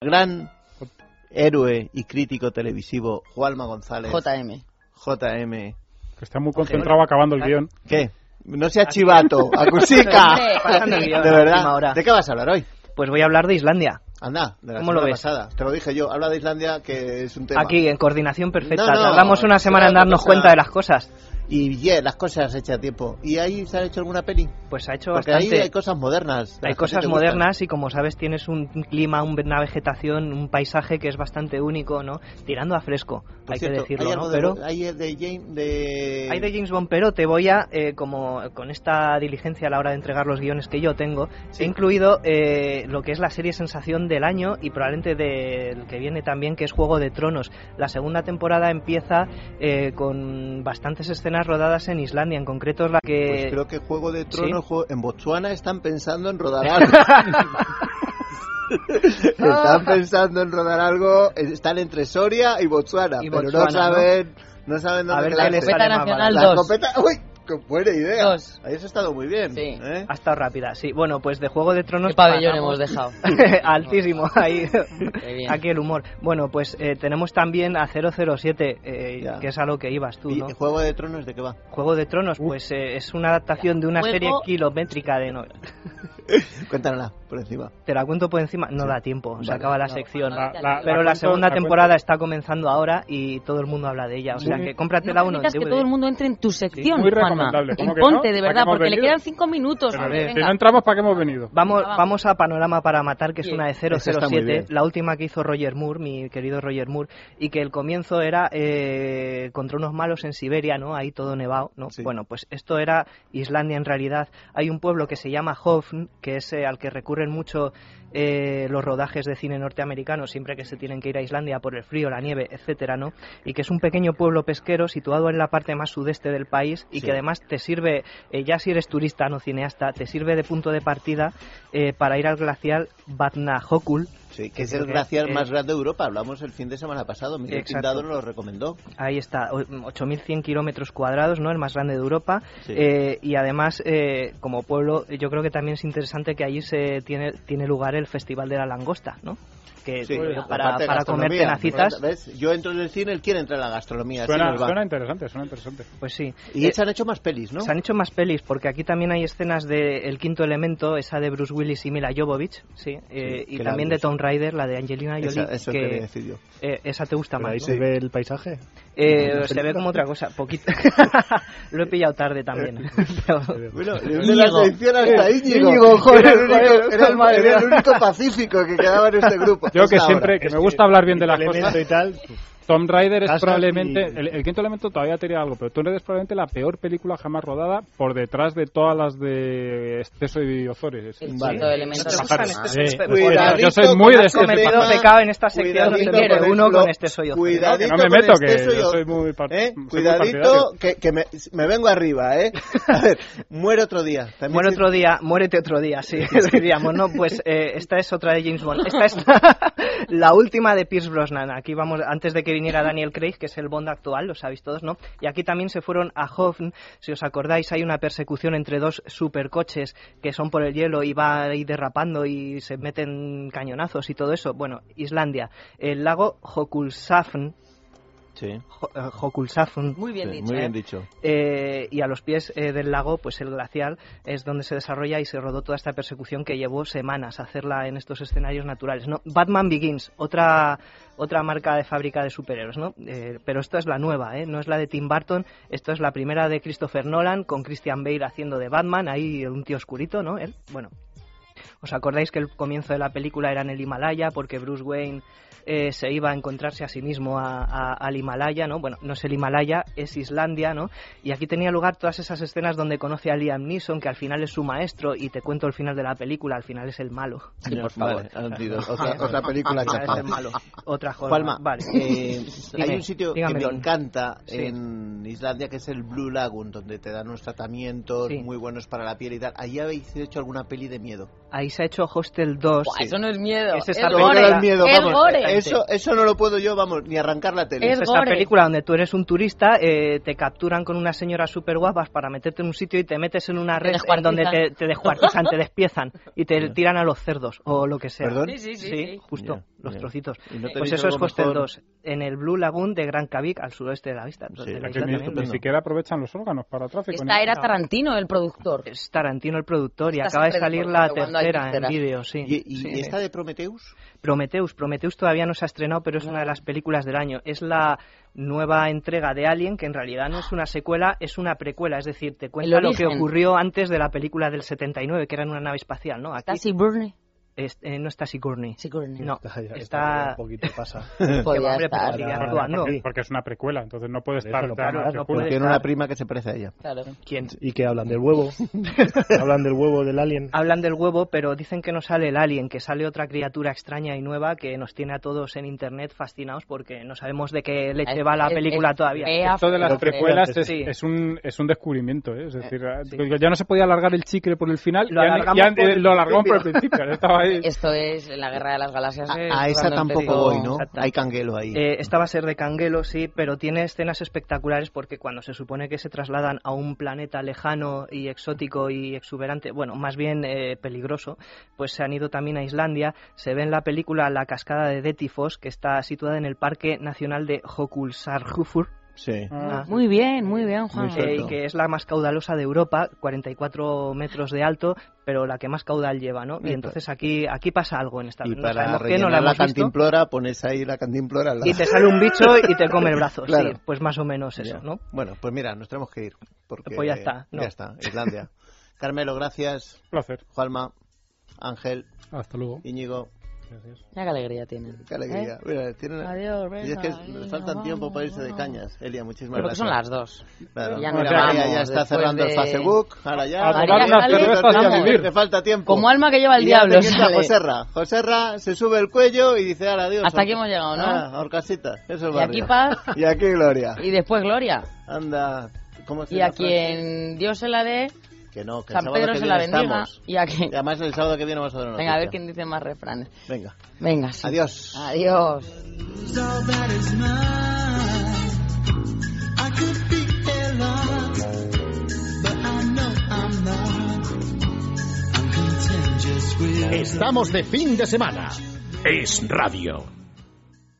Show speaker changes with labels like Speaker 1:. Speaker 1: gran héroe y crítico televisivo Juanma González.
Speaker 2: JM.
Speaker 1: JM.
Speaker 3: Que está muy concentrado acabando el guión.
Speaker 1: ¿Qué? No seas chivato, acusica.
Speaker 2: Hombre, parando el guión
Speaker 1: de
Speaker 2: a
Speaker 1: verdad.
Speaker 2: última hora.
Speaker 1: ¿De qué vas a hablar hoy?
Speaker 4: Pues voy a hablar de Islandia.
Speaker 1: Anda, de la
Speaker 4: ¿Cómo lo
Speaker 1: semana
Speaker 4: ves?
Speaker 1: pasada. Te lo dije yo. Habla de Islandia, que es un tema.
Speaker 4: Aquí, en coordinación perfecta.
Speaker 1: No, no,
Speaker 4: Tardamos una semana en
Speaker 1: claro,
Speaker 4: darnos
Speaker 1: no pasa
Speaker 4: cuenta
Speaker 1: nada.
Speaker 4: de las cosas.
Speaker 1: Y yeah, las cosas hechas a tiempo. ¿Y ahí se ha hecho alguna peli?
Speaker 4: Pues ha hecho
Speaker 1: Porque
Speaker 4: bastante.
Speaker 1: ahí hay cosas modernas.
Speaker 4: Hay cosas modernas y como sabes tienes un clima, un- una vegetación, un paisaje que es bastante único, ¿no? Tirando a fresco, hay que decirlo,
Speaker 1: hay
Speaker 4: ¿no?
Speaker 1: algo
Speaker 4: Pero
Speaker 1: de, hay de Jane- de-
Speaker 4: hay de James Bond, pero te voy a, eh, como con esta diligencia a la hora de entregar los guiones que yo tengo,
Speaker 1: Sí.
Speaker 4: he incluido eh, lo que es la serie sensación del año y probablemente del que viene también, que es Juego de Tronos. La segunda temporada empieza eh, con bastantes escenas rodadas en Islandia, en concreto es la
Speaker 1: Pues
Speaker 4: que...
Speaker 1: creo que Juego de
Speaker 4: Eh, sí.
Speaker 1: Tronos Juego- en Botswana están pensando en rodar algo.
Speaker 4: Ah.
Speaker 1: están pensando en rodar algo, eh, están entre Soria y Botswana,
Speaker 4: Y
Speaker 1: pero no
Speaker 4: Botswana, ¿no?
Speaker 1: saben, no, saben
Speaker 4: a
Speaker 1: dónde
Speaker 4: ver qué
Speaker 1: quedarse.
Speaker 4: les
Speaker 2: Beta
Speaker 4: sale más
Speaker 2: Nacional
Speaker 1: La
Speaker 2: Dos.
Speaker 4: barato.
Speaker 1: escopeta, uy, qué buena idea.
Speaker 2: Dos.
Speaker 1: Ahí Eso ha estado muy bien.
Speaker 2: Sí.
Speaker 1: ¿eh?
Speaker 4: Ha estado rápida, sí. Bueno, pues de Juego de Tronos...
Speaker 2: ¿Qué pabellón
Speaker 4: pasamos-
Speaker 2: hemos dejado?
Speaker 4: Altísimo, ahí.
Speaker 2: Qué bien.
Speaker 4: Aquí el humor. Bueno, pues eh, tenemos también a 007, eh,
Speaker 1: Ya.
Speaker 4: que es a lo que ibas tú,
Speaker 1: ¿Y
Speaker 4: ¿no?
Speaker 1: el Juego de Tronos de qué va?
Speaker 4: Juego de Tronos, pues eh, es una adaptación de una
Speaker 2: Juego-
Speaker 4: serie kilométrica de... No,
Speaker 1: Cuéntanosla por encima.
Speaker 4: te la cuento por encima, no da tiempo, se
Speaker 1: Vale.
Speaker 4: acaba la
Speaker 2: No,
Speaker 4: sección.
Speaker 2: no, no.
Speaker 4: Pero la
Speaker 3: cuento- la
Speaker 4: segunda
Speaker 3: cuento-
Speaker 4: temporada está comenzando ahora y todo el mundo habla de ella, o sea
Speaker 3: Muy-
Speaker 4: que cómpratela
Speaker 2: No
Speaker 4: uno en
Speaker 2: permitas que
Speaker 4: DVD.
Speaker 2: todo el mundo entre en tu sección,
Speaker 3: muy
Speaker 2: Juanma.
Speaker 3: recomendable. ¿Cómo que
Speaker 2: Imponte,
Speaker 3: no?
Speaker 2: de
Speaker 3: ¿Para qué
Speaker 2: verdad,
Speaker 3: hemos
Speaker 2: porque le
Speaker 3: venido?
Speaker 2: quedan cinco minutos.
Speaker 3: Pero,
Speaker 2: hombre,
Speaker 3: si
Speaker 2: venga.
Speaker 3: no entramos, ¿para qué hemos venido?
Speaker 4: Vamos,
Speaker 2: Venga,
Speaker 4: vamos a Panorama para Matar, que es
Speaker 2: Bien.
Speaker 4: una de
Speaker 1: Esa está muy
Speaker 4: 007,
Speaker 1: bien.
Speaker 4: la última que hizo Roger Moore, mi querido Roger Moore, y que el comienzo era eh, contra unos malos en Siberia, ¿no? Ahí todo nevado, ¿no?
Speaker 1: Sí.
Speaker 4: Bueno, pues esto era Islandia en realidad. Hay un pueblo que se llama Hofn, que es eh, al que recurren mucho eh, los rodajes de cine norteamericano, siempre que se tienen que ir a Islandia por el frío, la nieve, etcétera, ¿no? Y que es un pequeño pueblo pesquero situado en la parte más sudeste del país y
Speaker 1: Sí.
Speaker 4: que además te sirve, eh, ya si eres turista, no cineasta, te sirve de punto de partida eh, para ir al glacial Vatnajökull.
Speaker 1: Sí, que es
Speaker 4: creo
Speaker 1: el
Speaker 4: que-
Speaker 1: glaciar
Speaker 4: eh,
Speaker 1: más grande de Europa. Hablamos el fin de semana pasado. Miguel
Speaker 4: Exacto.
Speaker 1: Pintado nos lo recomendó.
Speaker 4: Ahí está, o- mm, 8.100 kilómetros cuadrados, ¿no? El más grande de Europa.
Speaker 1: Sí.
Speaker 4: Eh, y además, eh, como pueblo, yo creo que también es interesante que allí se tiene, tiene lugar el Festival de la Langosta, ¿no? Que
Speaker 1: Sí,
Speaker 4: eh,
Speaker 1: la
Speaker 4: para,
Speaker 1: parte de
Speaker 4: para
Speaker 1: gastronomía.
Speaker 4: comerte nacitas,
Speaker 1: ¿Ves? Yo entro en el cine, él quiere entrar en la gastronomía. así
Speaker 3: Suena,
Speaker 1: nos va.
Speaker 3: suena interesante, suena interesante.
Speaker 4: pues sí.
Speaker 1: Y
Speaker 4: Eh,
Speaker 1: se han hecho más pelis, ¿no?
Speaker 4: Se han hecho más pelis, porque aquí también hay escenas de El Quinto Elemento, esa de Bruce Willis y Mila Jovovich, sí, eh,
Speaker 1: que
Speaker 4: y
Speaker 1: la
Speaker 4: también
Speaker 1: vi,
Speaker 4: de
Speaker 1: sí.
Speaker 4: Tomb Raider, la de Angelina Jolie,
Speaker 1: Esa- eso
Speaker 4: que
Speaker 1: quería decir yo.
Speaker 4: eh, esa te gusta
Speaker 5: Pero
Speaker 4: más.
Speaker 5: ahí
Speaker 4: ¿no?
Speaker 5: se ve el paisaje.
Speaker 4: Eh, se ve como otra cosa, poquito. Lo he pillado tarde también. pero-
Speaker 1: Bueno,
Speaker 4: Íñigo.
Speaker 1: desde la selección
Speaker 3: Eh,
Speaker 1: hasta Íñigo.
Speaker 4: Íñigo, joder,
Speaker 1: era el único,
Speaker 4: joder,
Speaker 1: era el-
Speaker 4: madre
Speaker 1: era el
Speaker 4: mía.
Speaker 1: único pacífico que quedaba en este grupo.
Speaker 3: Yo que
Speaker 1: Hasta
Speaker 3: siempre,
Speaker 1: ahora.
Speaker 3: que me gusta hablar bien de las
Speaker 5: elemento
Speaker 3: cosas,
Speaker 5: y tal.
Speaker 3: Tom Raider es
Speaker 5: Casas
Speaker 3: probablemente,
Speaker 5: y-
Speaker 3: el, el quinto elemento todavía te diré algo, pero Tom Raider es probablemente la peor película jamás rodada por detrás de todas las de Exceso y Ozores.
Speaker 2: El
Speaker 1: Vale.
Speaker 2: quinto elemento.
Speaker 4: Nos
Speaker 3: Pájaros.
Speaker 4: gustan
Speaker 3: Sí.
Speaker 4: estos-
Speaker 1: Cuidadito
Speaker 3: Yo soy muy
Speaker 1: con
Speaker 3: de
Speaker 1: las
Speaker 3: este
Speaker 4: cometido
Speaker 3: pecado.
Speaker 4: pecado en esta sección,
Speaker 1: Cuidadito
Speaker 4: no se me
Speaker 1: con
Speaker 4: uno
Speaker 1: el
Speaker 4: con
Speaker 1: flop.
Speaker 4: este soy yo.
Speaker 1: Cuidadito
Speaker 3: Que no me
Speaker 1: con
Speaker 3: meto,
Speaker 1: este
Speaker 3: que
Speaker 1: soy
Speaker 3: yo soy muy par-
Speaker 1: ¿Eh?
Speaker 3: soy muy
Speaker 1: Cuidadito,
Speaker 3: partidario.
Speaker 1: que, que me, me vengo arriba, ¿eh? A ver, muere otro día. También
Speaker 4: Muere
Speaker 1: sí-
Speaker 4: otro día, muérete otro día, sí, diríamos, ¿no? Pues eh, esta es otra de James Bond. Esta es la última de Pierce Brosnan. Aquí vamos, antes de que viniera Daniel Craig, que es el Bond actual, lo sabéis todos, ¿no? Y aquí también se fueron a Hofn, si os acordáis, hay una persecución entre dos supercoches que son por el hielo y va ahí derrapando y se meten cañonazos y todo eso. Bueno, Islandia, el lago Jokulsafn,
Speaker 1: Sí,
Speaker 4: Jo- eh, Jokulsafn,
Speaker 2: Muy bien
Speaker 1: sí,
Speaker 2: dicho.
Speaker 1: muy
Speaker 2: ¿eh?
Speaker 1: bien dicho.
Speaker 4: eh, y a los pies eh, del lago, pues el glacial es donde se desarrolla y se rodó toda esta persecución que llevó semanas hacerla en estos escenarios naturales. ¿no? Batman Begins, otra, otra marca de fábrica de superhéroes, ¿no? Eh, pero esta es la nueva, ¿eh? no es la de Tim Burton, esta es la primera de Christopher Nolan con Christian Bale haciendo de Batman, ahí un tío oscurito, ¿no? Él, bueno. ¿Os acordáis que el comienzo de la película era en el Himalaya porque Bruce Wayne eh, se iba a encontrarse a sí mismo a- a- al Himalaya, ¿no? Bueno, no es el Himalaya, es Islandia, ¿no? Y aquí tenía lugar todas esas escenas donde conoce a Liam Neeson, que al final es su maestro, y te cuento el final de la película, al final es el malo.
Speaker 1: Sí, por favor. han sido Otra, otra película
Speaker 4: Al final es
Speaker 1: chafa.
Speaker 4: el malo. Otra joder.
Speaker 1: Palma,
Speaker 4: Vale.
Speaker 1: eh, hay
Speaker 4: Dime,
Speaker 1: un sitio que me
Speaker 4: dígamelo.
Speaker 1: encanta
Speaker 4: Sí.
Speaker 1: en Islandia que es el Blue Lagoon, donde te dan unos tratamientos
Speaker 4: Sí.
Speaker 1: muy buenos para la piel y tal. ¿Allí habéis hecho alguna peli de miedo?
Speaker 4: Ahí se ha hecho Hostel 2.
Speaker 2: Buah, Eso no es miedo.
Speaker 4: Ese
Speaker 2: es
Speaker 4: está
Speaker 1: No,
Speaker 4: gore.
Speaker 1: no es miedo,
Speaker 2: Es
Speaker 1: vamos.
Speaker 2: gore.
Speaker 1: Eso, eso no lo puedo yo, vamos, ni arrancar la tele.
Speaker 2: Es
Speaker 4: Es esta
Speaker 2: gore.
Speaker 4: película donde tú eres un turista, eh, te capturan con una señora súper guapas para meterte en un sitio y te metes en una red en
Speaker 2: descuartizan.
Speaker 4: donde te, te descuartizan, te despiezan y te tiran a los cerdos o lo que sea.
Speaker 1: ¿Perdón?
Speaker 2: Sí, sí, sí, sí.
Speaker 4: justo,
Speaker 1: Ya,
Speaker 4: los
Speaker 1: ya.
Speaker 4: trocitos.
Speaker 1: Y no te
Speaker 4: Pues
Speaker 1: dice
Speaker 4: eso
Speaker 1: a lo
Speaker 4: es Hostel
Speaker 1: mejor-
Speaker 4: 2, en el Blue Lagoon de Gran Cavic, al suroeste de la vista.
Speaker 1: Sí,
Speaker 4: de la
Speaker 1: es
Speaker 3: Que
Speaker 4: isla
Speaker 1: Está bien,
Speaker 3: ni, ni
Speaker 4: también.
Speaker 1: estupendo.
Speaker 3: siquiera aprovechan los órganos para tráfico.
Speaker 2: Esta
Speaker 3: ni-
Speaker 2: era Tarantino, el productor.
Speaker 4: Es Tarantino el productor y
Speaker 2: Está
Speaker 4: acaba de
Speaker 2: siempre
Speaker 4: salir la
Speaker 2: importante cuando hay
Speaker 4: tercera en
Speaker 2: terceras.
Speaker 4: vídeo, sí.
Speaker 1: ¿Y, y
Speaker 4: Sí. Pues
Speaker 1: esta de Prometheus?
Speaker 4: Prometheus. Prometheus todavía no se ha estrenado, pero es una de
Speaker 2: Ah.
Speaker 4: las películas del año. Es la nueva entrega de Alien, que en realidad no es una secuela, es una precuela. Es decir, te cuenta
Speaker 2: El
Speaker 4: lo que
Speaker 2: origen.
Speaker 4: ocurrió antes de la película del 79, que era en una nave espacial, ¿no? Aquí
Speaker 2: Tassi Burney.
Speaker 4: es- eh, no está Sigourney.
Speaker 2: Sigourney.
Speaker 4: No,
Speaker 5: Está, ya-
Speaker 4: está-
Speaker 5: ya un poquito pasa.
Speaker 4: que va,
Speaker 2: Podía
Speaker 4: hombre,
Speaker 2: estar.
Speaker 4: sigue
Speaker 5: Para-
Speaker 4: actuando.
Speaker 5: Sí.
Speaker 3: Porque es una precuela, entonces no puede
Speaker 5: Eso
Speaker 3: estar.
Speaker 5: no
Speaker 3: tan
Speaker 5: para,
Speaker 4: no
Speaker 3: segura.
Speaker 4: Puede
Speaker 1: Tiene
Speaker 4: estar.
Speaker 1: una prima que se parece a ella.
Speaker 2: Claro.
Speaker 4: ¿Quién?
Speaker 5: Y que hablan del huevo. hablan del huevo del alien.
Speaker 4: Hablan del huevo, pero dicen que no sale el alien, que sale otra criatura extraña y nueva que nos tiene a todos en internet fascinados porque no sabemos de qué leche va la
Speaker 2: Es- es-
Speaker 4: película
Speaker 2: es
Speaker 4: todavía.
Speaker 2: fea,
Speaker 3: Esto de las
Speaker 2: fea, fea.
Speaker 3: precuelas es,
Speaker 4: Sí.
Speaker 3: es un, es un descubrimiento, ¿eh? es decir,
Speaker 4: sí.
Speaker 3: ya no se podía alargar el chicle por el final,
Speaker 4: Lo
Speaker 3: ya-
Speaker 4: alargamos
Speaker 3: ya- eh,
Speaker 4: por el
Speaker 3: lo alargamos por el principio, ya estaba ahí.
Speaker 2: Esto es la guerra de las galaxias.
Speaker 1: A,
Speaker 2: eh,
Speaker 1: a esa
Speaker 2: cuando
Speaker 1: tampoco
Speaker 2: empezó-
Speaker 1: voy, ¿no?
Speaker 4: Exacto.
Speaker 1: Hay canguelo ahí.
Speaker 4: Eh, esta va a ser de Canguelo, sí, pero tiene escenas espectaculares porque cuando se supone que se trasladan a un planeta lejano y exótico y exuberante, bueno, más bien eh, peligroso, pues se han ido también a Islandia. Se ve en la película la cascada de Detifos, que está situada en el Parque Nacional de Hokulsárhufur,
Speaker 1: Sí.
Speaker 3: Ah,
Speaker 2: Muy bien, muy bien, Juan.
Speaker 1: Muy
Speaker 4: eh,
Speaker 1: cierto.
Speaker 4: y que es la más caudalosa de Europa, 44 metros de alto, pero la que más caudal lleva, ¿no? Y
Speaker 1: Y
Speaker 4: entonces aquí, aquí pasa algo en esta
Speaker 1: Y
Speaker 4: no
Speaker 1: para
Speaker 4: sabemos qué, no
Speaker 1: rellenar la,
Speaker 4: la hemos visto.
Speaker 1: cantimplora, pones ahí la cantimplora. al lado.
Speaker 4: Y te sale un bicho y te come el brazo.
Speaker 1: Claro.
Speaker 4: Sí, pues más o menos eso,
Speaker 1: Ya.
Speaker 4: ¿no?
Speaker 1: Bueno, pues mira, nos tenemos que ir. Porque,
Speaker 4: Pues ya está, no.
Speaker 1: Ya está, Islandia. Carmelo, gracias.
Speaker 3: un placer.
Speaker 1: Juanma, Ángel,
Speaker 5: Hasta luego.
Speaker 1: Íñigo.
Speaker 2: Mira qué alegría tienen.
Speaker 1: Qué alegría.
Speaker 2: ¿Eh?
Speaker 1: Mira, tienen-
Speaker 2: Adiós, venga,
Speaker 1: y es que le
Speaker 2: venga,
Speaker 1: faltan tiempo
Speaker 2: vamos,
Speaker 1: para irse de
Speaker 2: vamos.
Speaker 1: cañas. Elia, muchísimas
Speaker 2: Pero que
Speaker 1: gracias.
Speaker 2: son las dos.
Speaker 1: Claro.
Speaker 2: Ya
Speaker 3: nos
Speaker 1: María
Speaker 2: vamos,
Speaker 1: ya está
Speaker 2: después
Speaker 1: cerrando el
Speaker 2: de-
Speaker 1: Facebook. Ahora ya.
Speaker 3: A
Speaker 2: tomar María, unas dale.
Speaker 3: cervezas y a
Speaker 1: Vamos,
Speaker 3: vivir.
Speaker 1: Te falta tiempo.
Speaker 2: Como alma que lleva el
Speaker 1: Y ya
Speaker 2: diablo.
Speaker 1: te quita
Speaker 2: sale.
Speaker 1: Joserra. Joserra se sube el cuello y dice ahora adiós.
Speaker 2: Hasta aquí
Speaker 1: Orca-
Speaker 2: hemos llegado, ¿no?
Speaker 1: Ah, Orcasita. Eso es
Speaker 2: Y
Speaker 1: barrio.
Speaker 2: aquí paz.
Speaker 1: Y aquí gloria.
Speaker 2: Y después Gloria.
Speaker 1: Anda. ¿Cómo se
Speaker 2: Y a
Speaker 1: llama?
Speaker 2: quien Dios se la dé,
Speaker 1: Que no, que el
Speaker 2: San
Speaker 1: sábado
Speaker 2: Pedro
Speaker 1: que
Speaker 2: se
Speaker 1: viene
Speaker 2: la bendiga.
Speaker 1: estamos.
Speaker 2: Y a
Speaker 1: Y
Speaker 2: quien...
Speaker 1: además el sábado que viene vamos a dar una
Speaker 2: Venga, a ver Ah.
Speaker 1: noticia.
Speaker 2: quién dice más refranes.
Speaker 1: Venga.
Speaker 2: Venga, sí.
Speaker 1: Adiós.
Speaker 2: Adiós.
Speaker 6: Estamos de fin de semana. Es radio.